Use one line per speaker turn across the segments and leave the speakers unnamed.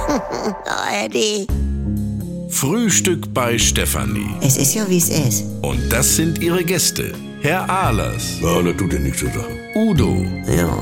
Oh, Eddie.
Frühstück bei Stefanie.
Es ist ja, wie es ist.
Und das sind ihre Gäste. Herr Ahlers,
Ja, das tut dir nichts zu sagen.
Udo
Ja,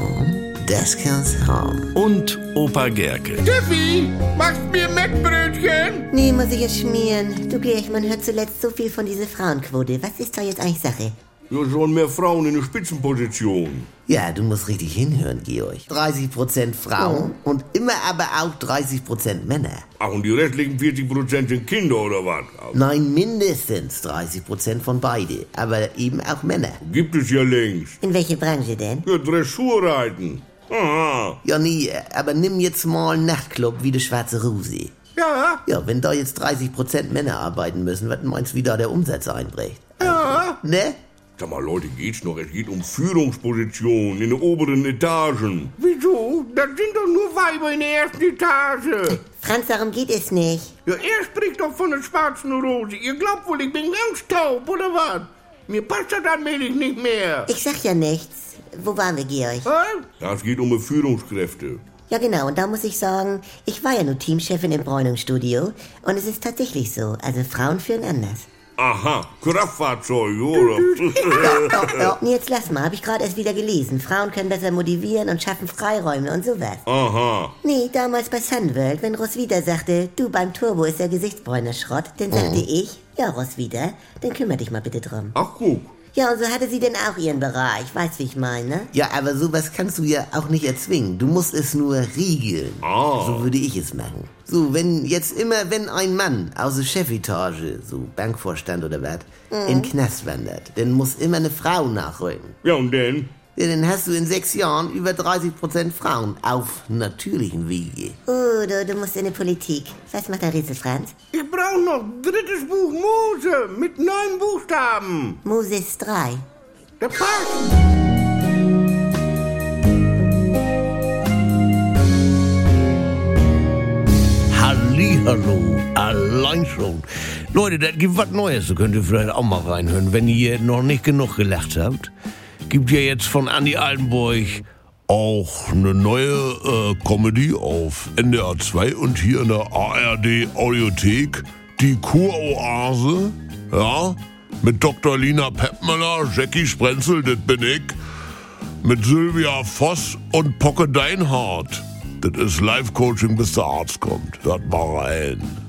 das kann's haben.
und Opa Gerke.
Steffi, machst mir Mettbrötchen?
Nee, muss ich jetzt schmieren. Du Gleich, man hört zuletzt so viel von dieser Frauenquote. Was ist da jetzt eigentlich Sache?
Ja, sollen mehr Frauen in eine Spitzenposition.
Ja, du musst richtig hinhören, Georg. 30% Frauen und immer aber auch 30% Männer.
Ach, und die restlichen 40% sind Kinder oder was? Also,
Nein, mindestens 30% von beide, aber eben auch Männer.
gibt es ja längst.
In welche Branche denn?
Ja, Dressurreiten. Aha.
Ja, nee, aber nimm jetzt mal einen Nachtclub wie die Schwarze Rose.
Ja,
Ja, wenn da jetzt 30% Männer arbeiten müssen, was meinst du, wie da der Umsatz einbricht? Ja. Ne?
Sag mal, Leute, geht's noch? Es geht um Führungspositionen in den oberen Etagen.
wieso? Das sind doch nur Weiber in der ersten Etage.
Franz, darum geht es nicht.
Ja, er spricht doch von der schwarzen Rose. Ihr glaubt wohl, ich bin ganz taub, oder was? Mir passt das allmählich nicht mehr.
Ich sag ja nichts. Wo waren wir, Georg?
Was?
Ja, es geht um die Führungskräfte.
Ja, genau. Und da muss ich sagen, ich war ja nur Teamchefin im Bräunungsstudio. Und es ist tatsächlich so. Also Frauen führen anders.
Aha, Kraftfahrzeuge, oder?
Nee, jetzt lass mal. Habe ich gerade erst wieder gelesen. Frauen können besser motivieren und schaffen Freiräume und sowas.
Aha.
Nee, damals bei Sunworld, wenn Roswitha sagte, du beim Turbo ist der Gesichtsbräuner Schrott, dann sagte ich, ja Roswitha, dann kümmere dich mal bitte drum.
Ach, guck.
Ja, und so hatte sie denn auch ihren Bereich, weißt wie ich meine, ne?
Ja, aber sowas kannst du ja auch nicht erzwingen. Du musst es nur riegeln.
Ah.
So würde ich es machen. So, wenn jetzt immer, wenn ein Mann aus der Chefetage, so Bankvorstand oder was, in den Knast wandert, dann muss immer eine Frau nachrücken.
Ja, und denn?
Ja, dann hast du in sechs Jahren über 30% Frauen auf natürlichem Wege.
Oh, du, du musst in die Politik. Was macht der Riesel Franz?
Ich brauch noch drittes Buch Mose mit neun Buchstaben.
Moses 3.
Das passt.
Hallihallo, allein schon. Leute, das gibt was Neues, da könnt ihr vielleicht auch mal reinhören, wenn ihr noch nicht genug gelacht habt. Gibt ja jetzt von Andy Altenburg auch eine neue äh, Comedy auf NDR 2 und hier in der ARD Audiothek, die Kuroase, ja, mit Dr. Lina Peppmüller, Jackie Sprenzel, das bin ich mit Sylvia Voss und Pocke Deinhardt. Das ist Life-Coaching, bis der Arzt kommt. Hört mal rein.